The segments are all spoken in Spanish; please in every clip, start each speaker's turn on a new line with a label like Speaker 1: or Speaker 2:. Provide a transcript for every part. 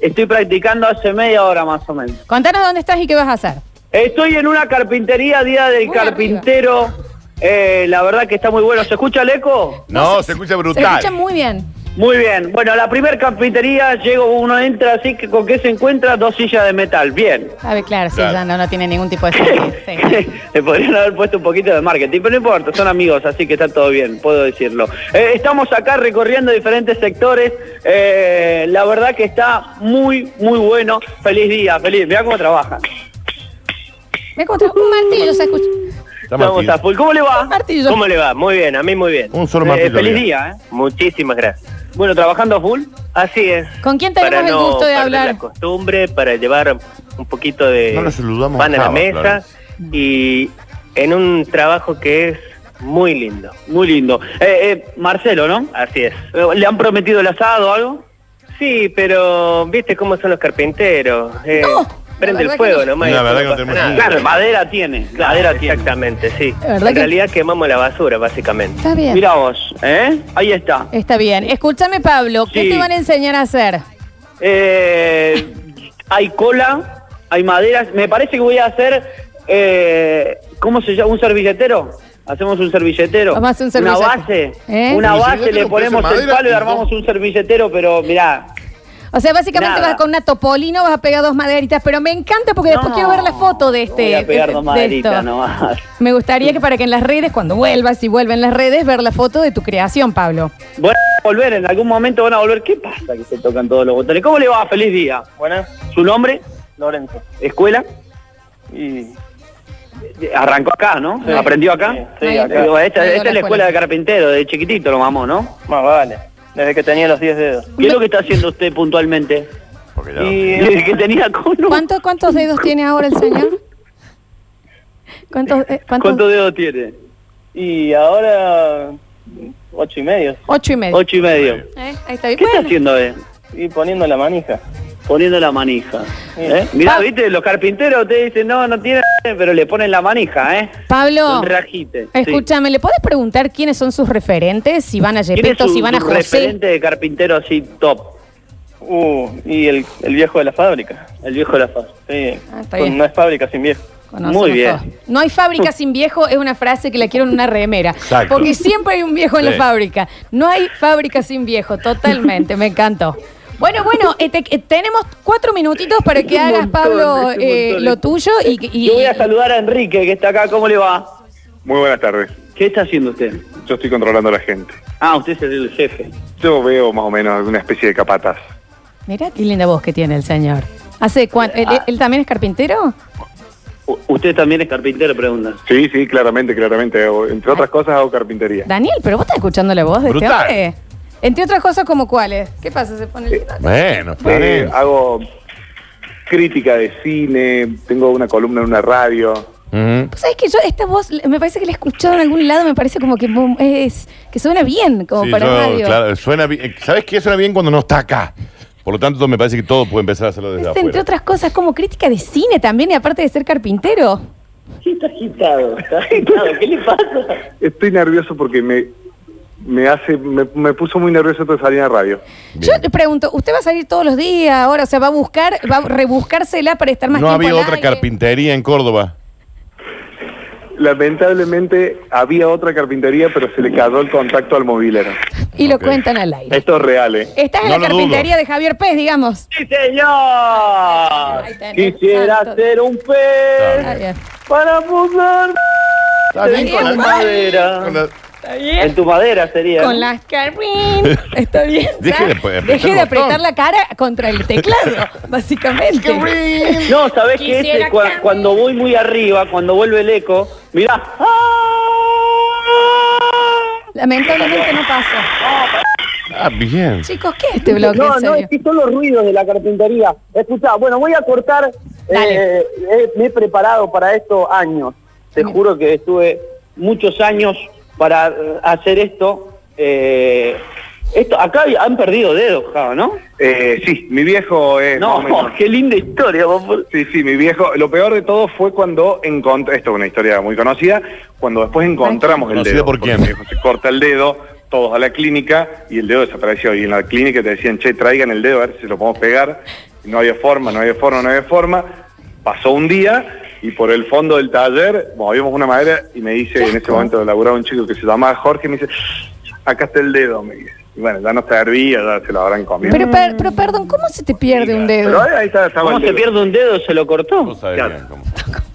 Speaker 1: Estoy practicando hace media hora más o menos.
Speaker 2: Contanos dónde estás y qué vas a hacer.
Speaker 1: Estoy en una carpintería, Día del
Speaker 2: Muy
Speaker 1: Carpintero. Eh, la verdad que está muy bueno. ¿Se escucha el eco?
Speaker 3: No, se escucha
Speaker 2: Se
Speaker 3: brutal.
Speaker 2: escucha muy bien.
Speaker 1: Muy bien. Bueno, la primer carpintería, llego, uno entra así, que ¿con qué se encuentra? Dos sillas de metal. Bien.
Speaker 2: A ver, claro, sí,
Speaker 3: Claro.
Speaker 2: ya no, no tiene ningún tipo de sentido. Sí.
Speaker 1: Le podrían haber puesto un poquito de marketing, pero no importa, son amigos, así que está todo bien, puedo decirlo. Eh, estamos acá recorriendo diferentes sectores, eh, la verdad que está muy, muy bueno. Feliz día, feliz, mirá cómo trabajan.
Speaker 2: Me encontré un martillo, se escucha.
Speaker 3: Estamos
Speaker 1: Estamos
Speaker 3: aquí.
Speaker 1: a full. ¿Cómo le va?
Speaker 2: Martillo.
Speaker 4: ¿Cómo le va? Muy bien, a mí muy bien.
Speaker 3: Un solo
Speaker 1: Eh,
Speaker 3: martillo.
Speaker 1: feliz
Speaker 3: había.
Speaker 1: día, ¿eh?
Speaker 4: Muchísimas gracias.
Speaker 1: Bueno, trabajando a full.
Speaker 4: Así es.
Speaker 2: ¿Con quién tenemos
Speaker 4: para
Speaker 2: el
Speaker 4: no
Speaker 2: gusto de
Speaker 4: perder
Speaker 2: hablar?
Speaker 4: la costumbre, para llevar un poquito de
Speaker 3: No la saludamos
Speaker 4: pan a la
Speaker 3: Java,
Speaker 4: mesa
Speaker 3: claro.
Speaker 4: y en un trabajo que es muy lindo.
Speaker 1: Muy lindo. Eh, eh, Marcelo, ¿no?
Speaker 4: Así es.
Speaker 1: Eh, ¿Le han prometido el asado o algo?
Speaker 4: Sí, pero viste cómo son los carpinteros. Eh,
Speaker 2: No, la
Speaker 4: prende el
Speaker 2: verdad
Speaker 4: fuego
Speaker 2: que no.
Speaker 4: nomás. y
Speaker 3: La
Speaker 4: después
Speaker 3: verdad que no
Speaker 4: pasa
Speaker 3: tenemos
Speaker 4: nada. Ah,
Speaker 3: ni idea.
Speaker 1: Claro, madera tiene, madera tiene.
Speaker 4: Exactamente, sí.
Speaker 2: La verdad
Speaker 4: En
Speaker 2: que-
Speaker 4: realidad quemamos la basura, básicamente.
Speaker 2: Está bien.
Speaker 1: Mira vos, ¿eh? Ahí está.
Speaker 2: Está bien. Escúchame, Pablo, ¿qué
Speaker 1: Sí.
Speaker 2: te van a enseñar a hacer?
Speaker 1: Eh, hay cola, hay maderas. Me parece que voy a hacer, eh, ¿cómo se llama? ¿Un servilletero? Hacemos un servilletero.
Speaker 2: Vamos a hacer un
Speaker 1: Una
Speaker 2: servilletero.
Speaker 1: base.
Speaker 2: ¿Eh?
Speaker 1: Una
Speaker 3: Un
Speaker 1: base,
Speaker 3: servilletero
Speaker 1: le
Speaker 3: con pedazo de
Speaker 1: ponemos el
Speaker 3: madera
Speaker 1: palo y
Speaker 3: y
Speaker 1: armamos
Speaker 3: dos.
Speaker 1: un servilletero, pero mirá.
Speaker 2: O sea, básicamente
Speaker 1: Nada.
Speaker 2: vas con una topolina, vas a pegar dos maderitas, pero me encanta porque después
Speaker 1: no,
Speaker 2: quiero ver la foto de este.
Speaker 1: Voy a pegar
Speaker 2: de-
Speaker 1: dos
Speaker 2: de esto.
Speaker 1: maderitas nomás.
Speaker 2: Me gustaría que para que en las redes, cuando vuelvas y vuelven las redes, ver la foto de tu creación, Pablo.
Speaker 1: Bueno, volver, en algún momento van a volver. ¿Qué pasa que se tocan todos los botones? ¿Cómo le va? Feliz día.
Speaker 4: Buenas,
Speaker 1: ¿Su nombre?
Speaker 4: Lorenzo.
Speaker 1: ¿Escuela?
Speaker 4: Y
Speaker 1: Arrancó acá, ¿no?
Speaker 2: Sí.
Speaker 1: ¿Aprendió acá?
Speaker 4: Sí,
Speaker 2: Ahí.
Speaker 4: acá.
Speaker 1: Digo, esta,
Speaker 2: Ahí va
Speaker 1: esta es la escuela de carpintero, de chiquitito lo mamó, ¿no?
Speaker 4: más vale. Desde que tenía los 10 dedos.
Speaker 1: ¿Qué es lo que está haciendo usted puntualmente?
Speaker 3: Porque ya no.
Speaker 4: Y
Speaker 1: Desde que tenía cono.
Speaker 2: ¿Cuánto- ¿Cuántos dedos tiene ahora el señor? ¿Cuántos? eh, cuántos?
Speaker 1: ¿Cuántos dedos tiene?
Speaker 4: Y ahora ocho y medio.
Speaker 2: Ocho y medio.
Speaker 1: Ocho y medio.
Speaker 2: Eh, Ahí está bien.
Speaker 1: ¿Qué está
Speaker 2: Bueno,
Speaker 1: haciendo él?
Speaker 4: Y poniendo la manija.
Speaker 1: Poniendo la manija. ¿eh? Mirá, viste, los carpinteros te dicen, no, no tiene, pero le ponen la manija, ¿eh?
Speaker 2: Pablo,
Speaker 1: Son rajites. sí.
Speaker 2: escúchame, ¿le podés preguntar quiénes son sus referentes? Si van a
Speaker 1: ¿Quién es
Speaker 2: Gepetto,
Speaker 1: su-
Speaker 2: si van a
Speaker 1: su
Speaker 2: José.
Speaker 1: referente de carpintero así top?
Speaker 4: Uh, y el, el viejo de la fábrica.
Speaker 1: El viejo de la faz.
Speaker 4: Sí.
Speaker 2: Ah, está
Speaker 4: Pues
Speaker 2: bien.
Speaker 4: No es fábrica sin viejo.
Speaker 2: Conocemos
Speaker 1: Muy bien.
Speaker 2: todos. No hay fábrica sin viejo es una frase que la quiero en una remera.
Speaker 3: Exacto.
Speaker 2: Porque siempre hay un viejo en la
Speaker 3: Sí.
Speaker 2: fábrica. No hay fábrica sin viejo, totalmente, me encantó. Bueno, bueno, eh, te- eh, tenemos cuatro minutitos para que
Speaker 1: un
Speaker 2: hagas,
Speaker 1: montón,
Speaker 2: Pablo,
Speaker 1: es un
Speaker 2: eh,
Speaker 1: montón.
Speaker 2: lo tuyo y... y-
Speaker 1: Yo voy a saludar a Enrique, que está acá. ¿Cómo le va?
Speaker 5: Muy buenas tardes.
Speaker 1: ¿Qué está haciendo usted?
Speaker 5: Yo estoy controlando a la gente.
Speaker 1: Ah, usted es el jefe.
Speaker 5: Yo veo más o menos una especie de capataz.
Speaker 2: Mirá qué linda voz que tiene el señor. ¿Hace
Speaker 3: Eh,
Speaker 2: cuánto? ¿Él,
Speaker 3: ah.
Speaker 2: él también es carpintero?
Speaker 1: U- usted también es carpintero, pregunta.
Speaker 5: Sí, sí, claramente, claramente. Hago- Entre otras cosas hago carpintería.
Speaker 2: Daniel, pero vos estás escuchando la voz de
Speaker 3: Brutal.
Speaker 2: este hombre. Entre otras cosas, como cuáles? ¿Qué pasa? ¿Se pone el...
Speaker 3: Bueno,
Speaker 5: Eh,
Speaker 3: Florencia.
Speaker 5: hago crítica de cine, tengo una columna en una radio.
Speaker 3: Ujú.
Speaker 2: Pues, ¿Sabes que yo esta voz me parece que la he escuchado en algún lado? Me parece como que mm, es que suena bien como
Speaker 3: Sí,
Speaker 2: para
Speaker 3: yo,
Speaker 2: radio.
Speaker 3: claro, suena bien. Eh, ¿Sabes qué? Suena bien cuando no está acá. Por lo tanto, me parece que todo puede empezar a hacerlo
Speaker 2: Es,
Speaker 3: desde
Speaker 2: entre
Speaker 3: afuera.
Speaker 2: otras cosas como crítica de cine también y aparte de ser carpintero.
Speaker 1: Sí, está agitado, está agitado. ¿Qué le pasa?
Speaker 5: Estoy nervioso porque me, me hace, me, me puso muy nervioso antes de salir a la radio.
Speaker 2: Yo le pregunto, ¿usted va a salir todos los días ahora? O sea, ¿va a buscar, va a rebuscársela para estar más
Speaker 3: No
Speaker 2: tiempo
Speaker 3: había
Speaker 2: al
Speaker 3: otra
Speaker 2: aire?
Speaker 3: carpintería en Córdoba.
Speaker 5: Lamentablemente había otra carpintería, pero se le cayó el contacto al movilero.
Speaker 2: Y lo
Speaker 3: Ok.
Speaker 2: cuentan al aire.
Speaker 5: Esto es real, ¿eh?
Speaker 2: Estás en la
Speaker 3: No lo
Speaker 2: carpintería de Javier Pez, digamos.
Speaker 1: ¡Sí, señor!
Speaker 2: Ahí tenés,
Speaker 1: Quisiera
Speaker 2: santo.
Speaker 1: ser un pez
Speaker 2: Está bien.
Speaker 1: para poder
Speaker 3: Está bien con
Speaker 1: en tu
Speaker 3: la-
Speaker 1: madera.
Speaker 3: con la-
Speaker 2: Está
Speaker 1: En
Speaker 2: bien.
Speaker 1: tu madera sería.
Speaker 2: Con las carpin. Está bien.
Speaker 3: Deje
Speaker 2: ¿sabes?
Speaker 3: de apretar
Speaker 2: Deje de
Speaker 3: el botón.
Speaker 2: apretar la cara contra el teclado, básicamente.
Speaker 1: No, ¿sabés qué? es?
Speaker 2: Quisiera
Speaker 1: Cua-
Speaker 2: cambiar.
Speaker 1: cuando voy muy arriba, cuando vuelve el eco, mirá. Ah.
Speaker 2: Lamentablemente no pasa.
Speaker 3: Ah, bien.
Speaker 2: Chicos, ¿qué es este bloque? en
Speaker 1: No, no,
Speaker 2: serio?
Speaker 1: es que son los ruidos de la carpintería. Escuchá, bueno, voy a cortar.
Speaker 2: Dale.
Speaker 1: eh, eh, me he preparado para esto años. Te
Speaker 2: Bien.
Speaker 1: juro que estuve muchos años para eh, hacer esto. eh, esto acá hay- han perdido dedos, Java, ¿no?
Speaker 5: Eh, sí, mi viejo es...
Speaker 1: No,
Speaker 5: más o menos-
Speaker 1: qué linda historia. vos, por-
Speaker 5: Sí, sí, mi viejo. Lo peor de todo fue cuando encontré, esto es una historia muy conocida, cuando después encontramos el
Speaker 3: ¿Conocida
Speaker 5: dedo.
Speaker 3: por
Speaker 5: porque
Speaker 3: quién?
Speaker 5: Mi viejo se corta el dedo, todos a la clínica y el dedo desapareció. Y en la clínica te decían, che, traigan el dedo a ver si se lo podemos pegar. Y no había forma, no había forma, no había forma. Pasó un día y por el fondo del taller movimos una madera y me dice, en ese momento laburaba un chico que se llamaba Jorge, y me dice, acá está el dedo, me dice. Y bueno, ya no está hervía, ya se lo habrán comido.
Speaker 2: Pero, per- pero perdón, ¿cómo se te pierde un
Speaker 5: Pero
Speaker 2: dedo?
Speaker 5: ahí, ahí está, estaba
Speaker 1: ¿Cómo
Speaker 5: el
Speaker 1: se
Speaker 5: dedo.
Speaker 1: pierde un dedo? ¿Se lo
Speaker 3: No
Speaker 1: cortó?
Speaker 3: sabes
Speaker 5: Claro.
Speaker 3: bien cómo.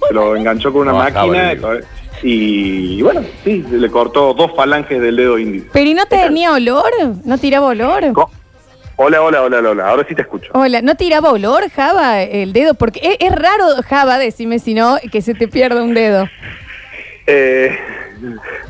Speaker 5: Se lo enganchó con una
Speaker 3: No,
Speaker 5: máquina
Speaker 3: estaba el dedo.
Speaker 5: y, y bueno, sí, le cortó dos falanges del dedo índice.
Speaker 2: ¿Pero y no tenía olor? ¿No tiraba olor?
Speaker 5: Co- Hola, hola, hola, hola, hola. Ahora sí te escucho.
Speaker 2: Hola, ¿no tiraba olor, Java, el dedo? Porque e, es, es raro, Java, decime si no, que se te pierda un dedo.
Speaker 5: Eh,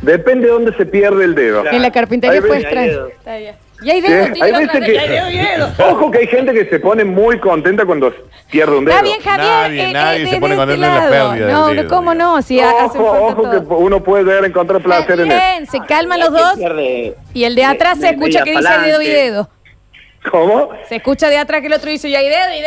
Speaker 5: depende de dónde se pierde el dedo.
Speaker 2: En la carpintería
Speaker 5: Hay
Speaker 2: fue
Speaker 5: veces-
Speaker 2: extraño. Está bien. Y hay dedo,
Speaker 5: Sí,
Speaker 2: tira
Speaker 5: hay
Speaker 2: otra
Speaker 5: veces
Speaker 2: vez.
Speaker 5: que-
Speaker 2: Y hay dedo, y hay dedo.
Speaker 5: Ojo que hay gente que se pone muy contenta cuando pierde un dedo.
Speaker 2: Está bien, Javier.
Speaker 3: Nadie, nadie se pone
Speaker 2: de
Speaker 3: con
Speaker 2: este
Speaker 3: él en la
Speaker 2: lado.
Speaker 3: pérdida del
Speaker 2: No, no,
Speaker 3: dedo,
Speaker 2: ¿cómo
Speaker 3: digamos.
Speaker 2: no? Si ha- hacen
Speaker 5: ojo,
Speaker 2: falta
Speaker 5: ojo que
Speaker 2: todos.
Speaker 5: uno puede llegar a encontrar
Speaker 2: Está
Speaker 5: placer en eso.
Speaker 2: bien, se calman los dos
Speaker 1: Pierde-
Speaker 2: y el de atrás se
Speaker 1: de-
Speaker 2: escucha
Speaker 1: media
Speaker 2: que dice dedo y
Speaker 1: falange.
Speaker 2: dedo.
Speaker 5: ¿Cómo?
Speaker 2: Se escucha de atrás que el otro dice y hay dedo y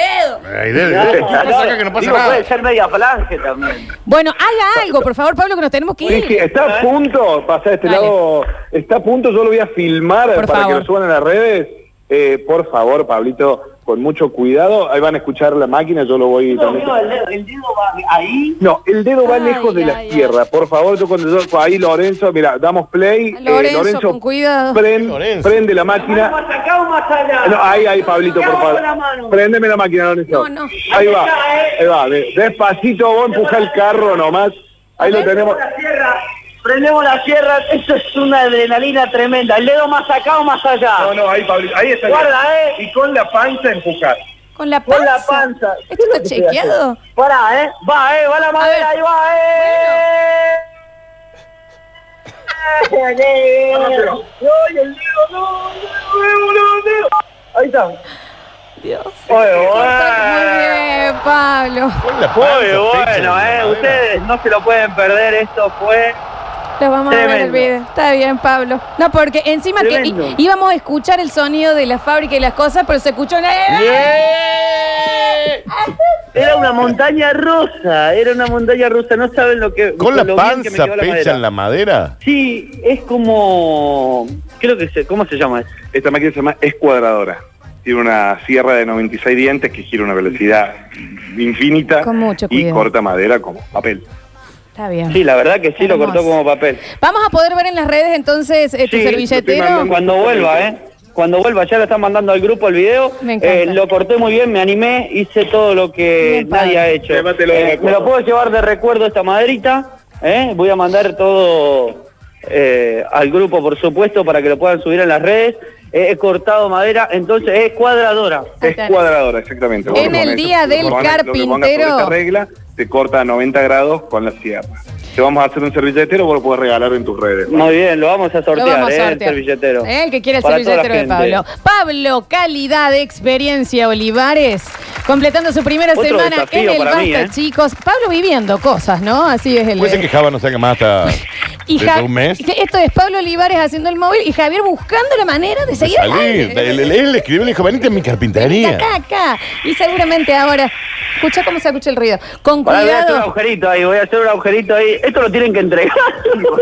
Speaker 2: dedo.
Speaker 3: Ahí debe.
Speaker 1: Claro,
Speaker 3: Saca
Speaker 1: claro.
Speaker 3: que no pasa
Speaker 1: Digo, pues,
Speaker 3: nada.
Speaker 1: puede ser media falange también.
Speaker 2: Bueno, haga algo, por favor, Pablo, que nos tenemos que
Speaker 5: Sí, sí,
Speaker 2: ir.
Speaker 5: está a punto, pasa de este
Speaker 2: Ah. Dale.
Speaker 5: lado, está a punto, yo lo voy a filmar
Speaker 2: Por
Speaker 5: para que
Speaker 2: favor.
Speaker 5: lo suban a las redes. Eh, por favor, Pablito, con mucho cuidado, ahí van a escuchar la máquina, yo lo voy
Speaker 1: No,
Speaker 5: también.
Speaker 1: no, el dedo- el dedo va ahí.
Speaker 5: No, el dedo va
Speaker 2: Ay,
Speaker 5: lejos de la
Speaker 2: ay,
Speaker 5: tierra. Por favor, yo cuando yo, ahí Lorenzo, mira, damos play. Eh,
Speaker 2: Lorenzo, con cuidado.
Speaker 5: pren-
Speaker 3: Lorenzo.
Speaker 5: prende la máquina.
Speaker 1: ¿Más acá o más allá?
Speaker 5: No, ahí, ahí, Pablito, por
Speaker 1: Acá o con la
Speaker 5: favor.
Speaker 1: mano. eh.
Speaker 5: Prendeme la máquina,
Speaker 2: No,
Speaker 5: Lorenzo.
Speaker 2: no.
Speaker 5: Ahí va, ahí va. de- Despacito, vos empuja el carro nomás. Ahí lo
Speaker 1: Prendemos
Speaker 5: tenemos.
Speaker 1: la sierra, Prendemos la sierra, eso es una adrenalina tremenda. El dedo más acá o más allá.
Speaker 5: No, no, ahí, Pablito, ahí está.
Speaker 1: Ah. Guarda, eh.
Speaker 5: Y con la panza empujar.
Speaker 2: Con la panza.
Speaker 1: Con la panza.
Speaker 2: ¿Esto está chequeado?
Speaker 1: Pará, eh. Va, eh, va la madera,
Speaker 2: ver.
Speaker 1: ahí va, eh.
Speaker 5: Bueno.
Speaker 1: eh, Ay, el dedo, no, no, no, no, no. Ahí está.
Speaker 2: Dios.
Speaker 1: Oye,
Speaker 2: Muy bien, Pablo.
Speaker 3: Con
Speaker 1: Muy
Speaker 3: la panza,
Speaker 1: pues, bueno,
Speaker 3: pecho,
Speaker 1: eh.
Speaker 3: madera.
Speaker 1: Ustedes no se lo pueden perder, esto fue.
Speaker 2: Lo vamos a ver en el
Speaker 1: Tremendo.
Speaker 2: video. Está bien, Pablo. No, porque encima que
Speaker 1: Tremendo.
Speaker 2: í- íbamos a escuchar el sonido de la fábrica y las cosas, pero se escuchó una...
Speaker 1: Era una montaña rusa, era una montaña rusa, no saben lo que...
Speaker 3: Con la
Speaker 1: lo bien que me
Speaker 3: panza
Speaker 1: quedó
Speaker 3: pecha
Speaker 1: madera.
Speaker 3: en la madera.
Speaker 1: Sí, es como... Creo que se... ¿Cómo se llama?
Speaker 5: Esta máquina se llama escuadradora. Tiene una sierra de 96 dientes que gira a una velocidad infinita
Speaker 2: Con mucho
Speaker 5: y
Speaker 2: cuidado.
Speaker 5: corta madera como papel.
Speaker 2: Está bien.
Speaker 1: Sí, la verdad que sí, lo
Speaker 2: Hermoso.
Speaker 1: cortó como papel.
Speaker 2: Vamos a poder ver en las redes entonces eh, tu
Speaker 1: Sí,
Speaker 5: lo estoy
Speaker 2: servilletero.
Speaker 5: mandando.
Speaker 1: Cuando vuelva, ¿eh? Cuando vuelva, ya lo están mandando al grupo el video.
Speaker 2: Me encanta.
Speaker 1: Eh, lo corté muy bien, me animé, hice todo lo que
Speaker 2: Bien, padre.
Speaker 1: nadie ha hecho.
Speaker 5: Llévatelo de
Speaker 1: Eh,
Speaker 5: recuerdo.
Speaker 1: me lo puedo llevar de recuerdo esta maderita. ¿eh? Voy a mandar todo eh, al grupo, por supuesto, para que lo puedan subir en las redes. Eh, he cortado madera, entonces es cuadradora.
Speaker 2: Ahí está.
Speaker 5: Escuadradora, exactamente.
Speaker 2: En
Speaker 5: Vos lo
Speaker 2: el
Speaker 5: pones-
Speaker 2: día
Speaker 5: lo
Speaker 2: del
Speaker 5: pones- lo que pongas
Speaker 2: carpintero.
Speaker 5: sobre esta regla te corta a 90 grados con la sierra. Te vamos a hacer un servilletero, vos lo podés regalar en tus redes.
Speaker 1: Muy bien, lo vamos a
Speaker 2: Lo
Speaker 1: sortear,
Speaker 2: vamos a
Speaker 1: ¿eh?
Speaker 2: sortear.
Speaker 1: el servilletero.
Speaker 2: Eh, El que quiera el
Speaker 1: Para toda la
Speaker 2: servilletero de
Speaker 1: gente.
Speaker 2: Pablo. Pablo, calidad, experiencia, Olivares. Completando su primera
Speaker 1: Otro
Speaker 2: semana en
Speaker 1: desafío
Speaker 2: el
Speaker 1: para
Speaker 2: Basta,
Speaker 1: mí, ¿eh?
Speaker 2: chicos. Pablo viviendo cosas, ¿no? Así es el.
Speaker 3: Puede ser
Speaker 2: eh,
Speaker 3: que Java no saque más hasta
Speaker 2: y
Speaker 3: dentro de
Speaker 2: Ja-
Speaker 3: un mes.
Speaker 2: que Esto es Pablo Olivares haciendo el móvil y Javier buscando la manera de seguir. al
Speaker 3: Salir.
Speaker 2: aire.
Speaker 3: Él, él- él le escribió, le dijo, venite a mi carpintería.
Speaker 2: Acá, acá. Y seguramente ahora. Escucha cómo se escucha el ruido. Con
Speaker 1: Pará, voy a hacer un
Speaker 2: cuidado.
Speaker 1: agujerito ahí, voy a hacer un agujerito ahí. Esto lo tienen que entregar.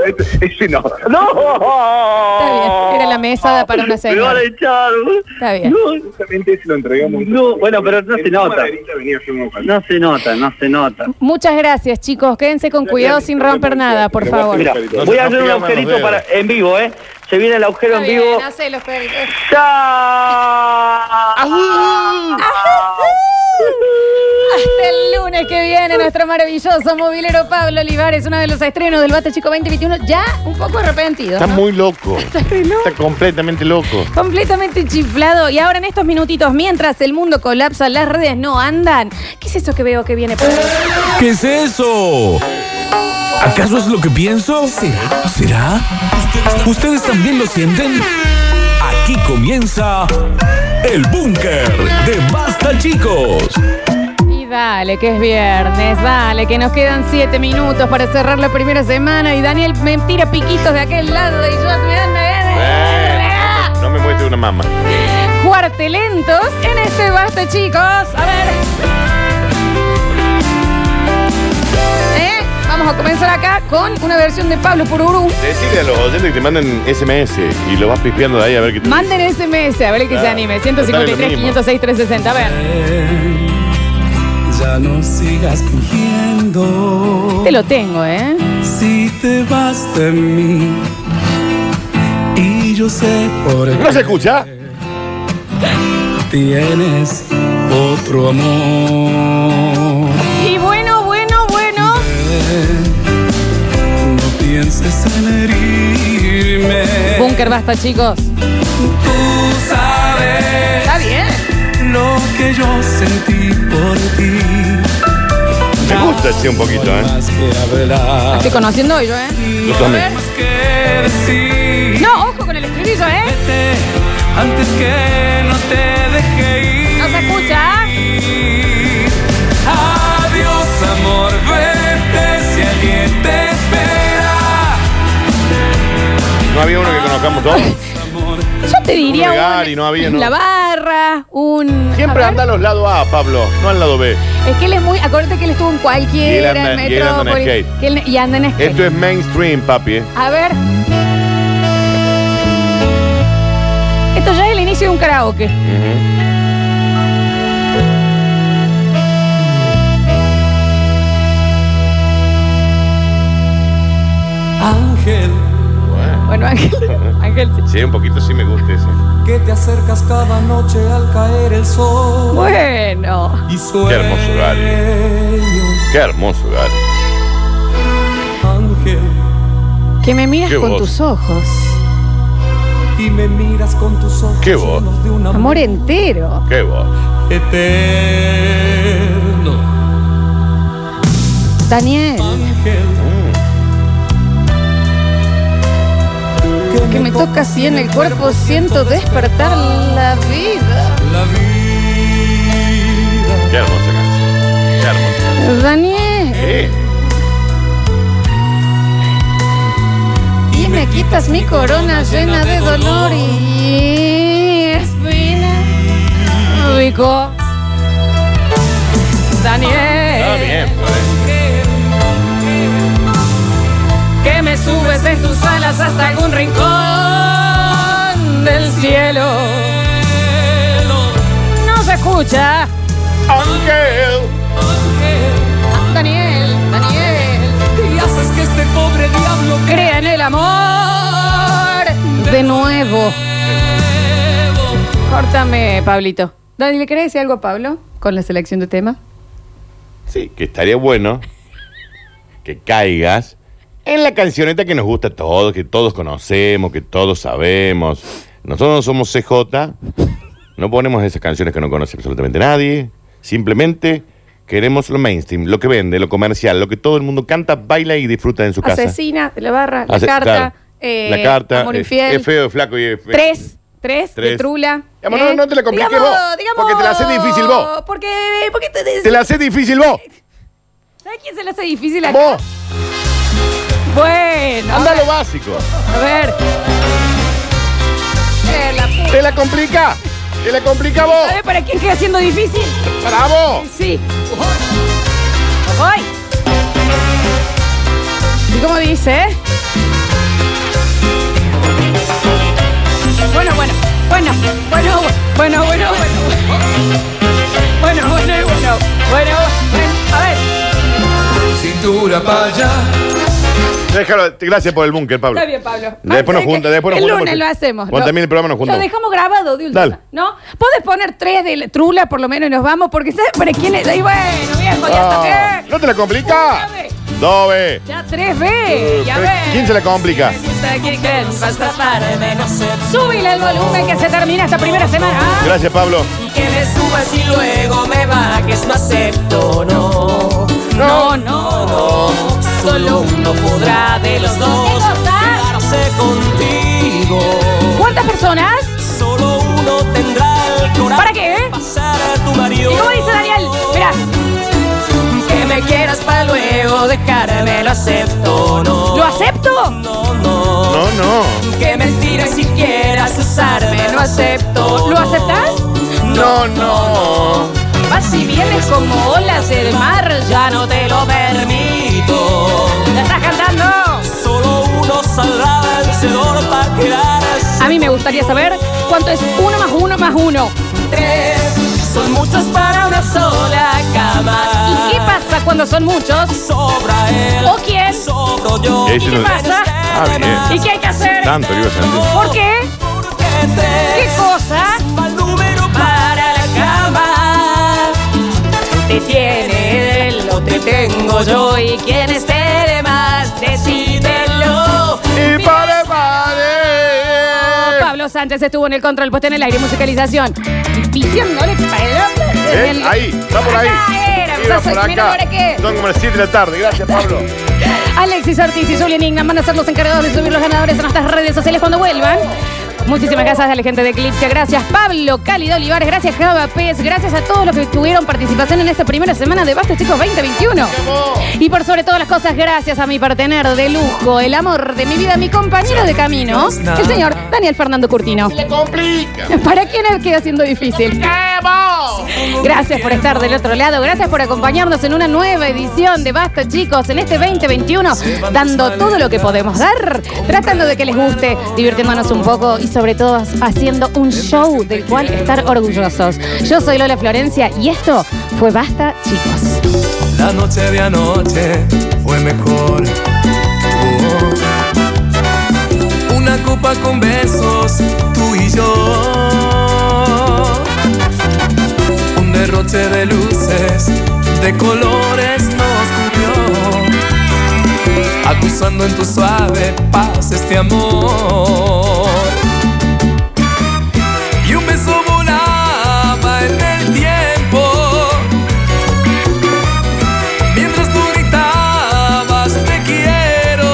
Speaker 5: Ese- ese no.
Speaker 1: ¡No! Ah,
Speaker 2: Está bien. Era la mesada para una
Speaker 1: Me van
Speaker 2: señora.
Speaker 1: a echar.
Speaker 2: Está bien.
Speaker 1: No,
Speaker 5: Justamente ese lo entregamos.
Speaker 1: No, bueno, pero no se
Speaker 5: En
Speaker 1: nota.
Speaker 5: Maderita venía a ser un ojalá.
Speaker 1: no se nota, no se nota.
Speaker 2: Muchas gracias, chicos. Quédense con cuidado sin romper nada, por favor.
Speaker 1: Mira,
Speaker 3: No
Speaker 1: voy
Speaker 3: se-
Speaker 1: a hacer
Speaker 3: no
Speaker 1: un
Speaker 3: pican los
Speaker 1: agujerito
Speaker 3: dedos.
Speaker 1: para en vivo, ¿eh? Se viene el agujero
Speaker 2: Está
Speaker 1: en
Speaker 2: bien,
Speaker 1: vivo.
Speaker 2: hacelo, Fede.
Speaker 1: ¡Chao!
Speaker 2: ¡Uh! Hasta el lunes que viene nuestro maravilloso movilero Pablo Olivares, uno de los estrenos del Bate Chico 2021, ya un poco arrepentido.
Speaker 3: Está
Speaker 2: ¿no?
Speaker 3: muy loco.
Speaker 2: Está re loco.
Speaker 3: Está completamente loco.
Speaker 2: Completamente chiflado. Y ahora en estos minutitos, mientras el mundo colapsa, las redes no andan. ¿Qué es eso que veo que viene?
Speaker 6: ¿Qué es eso? ¿Acaso es lo que pienso? ¿Será? ¿Será? ¿Ustedes también lo sienten? Aquí comienza el búnker de Basta Chicos.
Speaker 2: Y dale, que es viernes, dale, que nos quedan siete minutos para cerrar la primera semana. Y Daniel me tira piquitos de aquel lado y yo me dan- ¡Ah! me dan- me dan-
Speaker 3: No me muestre una mamá.
Speaker 2: cuartelentos en este basta, chicos. A ver. ¿Eh? Vamos vamos a comenzar acá con una versión de Pablo Pururú.
Speaker 3: Decirle a los oyentes que te manden SMS y lo vas pispeando de ahí a ver qué te
Speaker 2: Manden SMS, a ver el que se
Speaker 3: Claro.
Speaker 2: anime.
Speaker 3: Dale
Speaker 2: 153,
Speaker 3: lo mismo.
Speaker 2: 506, 360. A ver,
Speaker 7: Ya no sigas fingiendo.
Speaker 2: te lo tengo, ¿eh?
Speaker 7: Si te vas de mí. Y yo sé por qué
Speaker 3: ¿No se escucha?
Speaker 7: tienes otro amor.
Speaker 2: Y bueno, bueno, bueno.
Speaker 7: No pienses en herirme.
Speaker 2: Búnker basta, chicos.
Speaker 7: Tú sabes
Speaker 2: Está bien.
Speaker 7: lo que yo sentí por ti.
Speaker 3: Me gusta, sí, un poquito,
Speaker 7: No hay
Speaker 3: ¿eh?
Speaker 7: Más que hablar.
Speaker 2: Estoy conociendo hoy yo, ¿eh?
Speaker 3: Yo también.
Speaker 7: Más que decir.
Speaker 2: No, ojo con el estribillo, ¿eh?
Speaker 7: Vete antes que no te deje ir.
Speaker 2: No se escucha.
Speaker 7: Adiós, amor, vete si alguien te espera.
Speaker 3: No había uno que conozcamos todos.
Speaker 7: Amor,
Speaker 2: Yo te diría.
Speaker 3: Un Gary, no había, ¿no?
Speaker 2: La barra, un.
Speaker 3: Siempre
Speaker 2: a ver.
Speaker 3: anda a los lados A, Pablo, no al lado B.
Speaker 2: Es que él es muy. Acuérdate que él estuvo en
Speaker 3: Y él
Speaker 2: cualquiera,
Speaker 3: anda-
Speaker 2: en
Speaker 3: y él anda en
Speaker 2: Metrópolis.
Speaker 3: skate.
Speaker 2: que él- Y anda en skate.
Speaker 3: Esto es mainstream, papi. ¿eh?
Speaker 2: A ver. Esto ya es el inicio de un karaoke.
Speaker 7: ángel,
Speaker 2: Bueno, Ángel. Ángel, sí.
Speaker 3: Sí, un poquito sí me gusta ese.
Speaker 7: que te acercas cada noche al caer el sol.
Speaker 2: Bueno.
Speaker 7: Y sueños,
Speaker 3: hermoso Qué hermoso, Gary.
Speaker 7: ángel,
Speaker 2: Que me miras
Speaker 3: Qué
Speaker 2: con
Speaker 3: voz.
Speaker 2: tus ojos.
Speaker 7: y me miras con tus ojos
Speaker 3: Qué voz.
Speaker 7: llenos de un
Speaker 2: Amor entero.
Speaker 3: Qué voz.
Speaker 7: eterno.
Speaker 2: Daniel.
Speaker 7: Ángel,
Speaker 2: Que me toca así en el cuerpo, siento despertar la vida.
Speaker 7: la vida.
Speaker 3: Qué hermosa canción. Qué hermosa.
Speaker 2: Daniel.
Speaker 3: Eh,
Speaker 2: Y me quitas mi corona llena de dolor y espina. Ubicó.
Speaker 3: está
Speaker 2: Daniel.
Speaker 3: bien, pues.
Speaker 2: Que me subes en tus alas hasta algún rincón del cielo. No se escucha.
Speaker 3: Ángel.
Speaker 2: Daniel, Daniel.
Speaker 7: Y haces que este pobre diablo
Speaker 2: Crea en el amor. De nuevo. Córtame, Pablito. Dani, ¿le querés decir algo a Pablo con la selección de tema?
Speaker 3: Sí, que estaría bueno que caigas en la cancioneta que nos gusta a todos, que todos conocemos, que todos sabemos. Nosotros no somos CJ, no ponemos esas canciones que no conoce absolutamente nadie. Simplemente queremos lo mainstream, lo que vende, lo comercial, lo que todo el mundo canta, baila y disfruta en su casa.
Speaker 2: Asesina, la barra, la
Speaker 3: Hace-
Speaker 2: carta.
Speaker 3: claro.
Speaker 2: eh,
Speaker 3: la carta.
Speaker 2: Amor
Speaker 3: eh,
Speaker 2: infiel.
Speaker 3: Es feo, es flaco y es feo.
Speaker 2: Tres. Tres, de
Speaker 3: Tres.
Speaker 2: trula.
Speaker 3: Digamos, no- no te la compliques
Speaker 2: Digamos,
Speaker 3: vos,
Speaker 2: digamos,
Speaker 3: porque te la haces difícil vos.
Speaker 2: Porque, porque te,
Speaker 3: Te la hace difícil vos.
Speaker 2: ¿Sabes quién se le hace difícil acá?
Speaker 3: Vos.
Speaker 2: Bueno,
Speaker 3: Anda a lo básico.
Speaker 2: a ver. Eh, la puta.
Speaker 3: Te la complica. Te la complica vos.
Speaker 2: ¿Sabes para quién queda siendo difícil?
Speaker 3: Bravo.
Speaker 2: Sí. Voy. ¿Y cómo dice? Bueno, bueno, bueno, bueno, bueno, bueno, bueno, bueno, bueno, bueno, bueno, bueno, bueno, a ver,
Speaker 7: Cintura para allá.
Speaker 3: Déjalo. Gracias por el búnker, Pablo.
Speaker 2: está bien, Pablo.
Speaker 3: Después nos
Speaker 2: Antes de
Speaker 3: junta,
Speaker 2: que-
Speaker 3: después nos
Speaker 2: El
Speaker 3: junta
Speaker 2: lunes
Speaker 3: porque-
Speaker 2: lo hacemos.
Speaker 3: Bueno,
Speaker 2: Lo-
Speaker 3: también el programa nos junta.
Speaker 2: Lo dejamos grabado de última,
Speaker 3: Dale.
Speaker 2: ¿no? Podés poner tres de la- trula, por lo menos, y nos vamos, porque ¿sabes para quién es? Ahí, bueno, viejo, ya está
Speaker 3: Ah,
Speaker 2: bien.
Speaker 3: no te la complica.
Speaker 2: Una vez.
Speaker 3: Dobe.
Speaker 2: Ya 3B, ya ver.
Speaker 3: ¿Quién se la complica?
Speaker 2: Súbile el volumen que se termina esta primera semana. ¿ah?
Speaker 3: Gracias, Pablo.
Speaker 2: No, no, no. Solo uno podrá de los dos quedarse contigo. ¿Cuántas personas? Solo uno tendrá el corazón. ¿Para qué? Pasar a tu marido. ¿Y cómo dice Daniel? Mirá. Que me quieras para luego dejarme, lo acepto, no. ¿Lo acepto?
Speaker 3: No, no.
Speaker 2: Que mentira si quieras usarme, no acepto. ¿Lo aceptas?
Speaker 3: No, no.
Speaker 2: Vas y vienes como olas del mar, ya no te lo permito. cantando.
Speaker 8: Solo uno saldrá vencedor para quedarse.
Speaker 2: A mí me gustaría saber cuánto es uno más uno más uno.
Speaker 8: Tres son muchos para una sola cama.
Speaker 2: ¿Y qué pasa cuando son muchos?
Speaker 8: Sobra él.
Speaker 2: ¿O quién?
Speaker 8: Sobro yo.
Speaker 3: Ese
Speaker 2: ¿Y qué
Speaker 3: no-
Speaker 2: pasa?
Speaker 3: Ah, bien.
Speaker 2: ¿Y qué hay que hacer?
Speaker 3: Tanto que iba a sentir.
Speaker 2: ¿Por qué?
Speaker 8: Porque
Speaker 2: ¿Qué
Speaker 8: tres
Speaker 2: cosa
Speaker 8: va el número para la cama.
Speaker 2: te tiene él o te tengo yo? ¿Y quién esté de más? Decídelo.
Speaker 3: Y pare, pare.
Speaker 2: Pablo Sánchez estuvo en el control, puesto en el aire y musicalización. Diciéndole para
Speaker 3: Ven, Eh, ahí, está por ahí.
Speaker 2: Acá era,
Speaker 3: Iba
Speaker 2: yo soy-
Speaker 3: por
Speaker 2: mira
Speaker 3: acá.
Speaker 2: ahora qué.
Speaker 3: Son como las 7 de la tarde. Gracias, Pablo.
Speaker 2: Alexis Ortiz y Julian Ignan van a ser los encargados de subir los ganadores a nuestras redes sociales cuando vuelvan. Muchísimas gracias a la gente de Eclipse. Gracias, Pablo Cálido Olivares. Gracias, Java Pez. Gracias a todos los que tuvieron participación en esta primera semana de Basta, chicos, 2021. Y por sobre todas las cosas, gracias a mi partener de lujo, el amor de mi vida, mi compañero de camino, el señor Daniel Fernando Curtino.
Speaker 3: Se complica.
Speaker 2: ¿Para quién queda siendo difícil? Gracias por estar del otro lado, gracias por acompañarnos en una nueva edición de Basta chicos, en este 2021, dando todo lo que podemos dar, tratando de que les guste, divirtiéndonos un poco y sobre todo haciendo un show del cual estar orgullosos. Yo soy Lola Florencia y esto fue Basta chicos.
Speaker 7: La noche de anoche fue mejor. Oh. Una copa con besos, tú y yo. Un derroche de luces, de colores nos cubrió. Acusando en tu suave paz este amor. Y un beso volaba en el tiempo. Mientras tú gritabas te quiero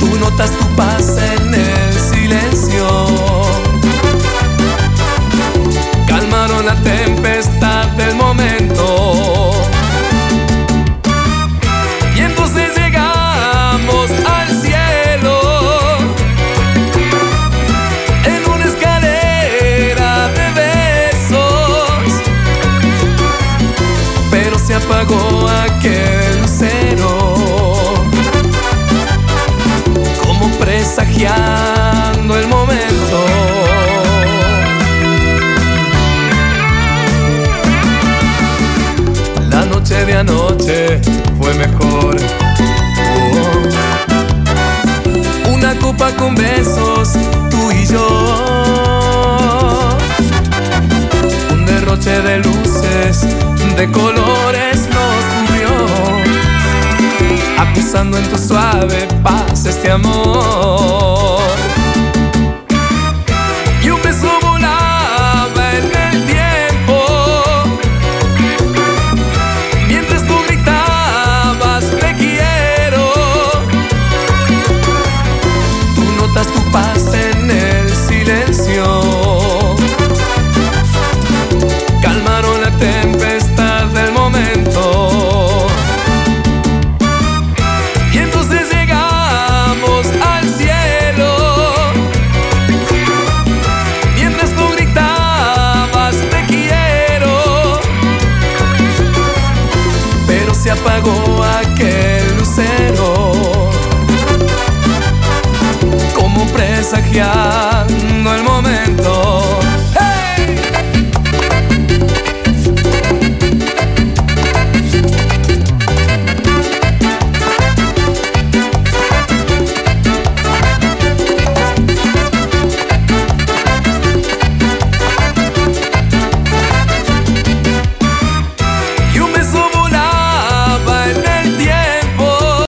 Speaker 7: Tú notas tu paz en el silencio Calmaron la tempestad del momento Y entonces llegamos al cielo En una escalera de besos pero se apagó aquel lucero. Como presagiando el momento. La noche de anoche fue mejor. Oh. Una copa con besos, tú y yo un derroche de luces, de colores nos cubrió, acusando en tu suave paz este amor.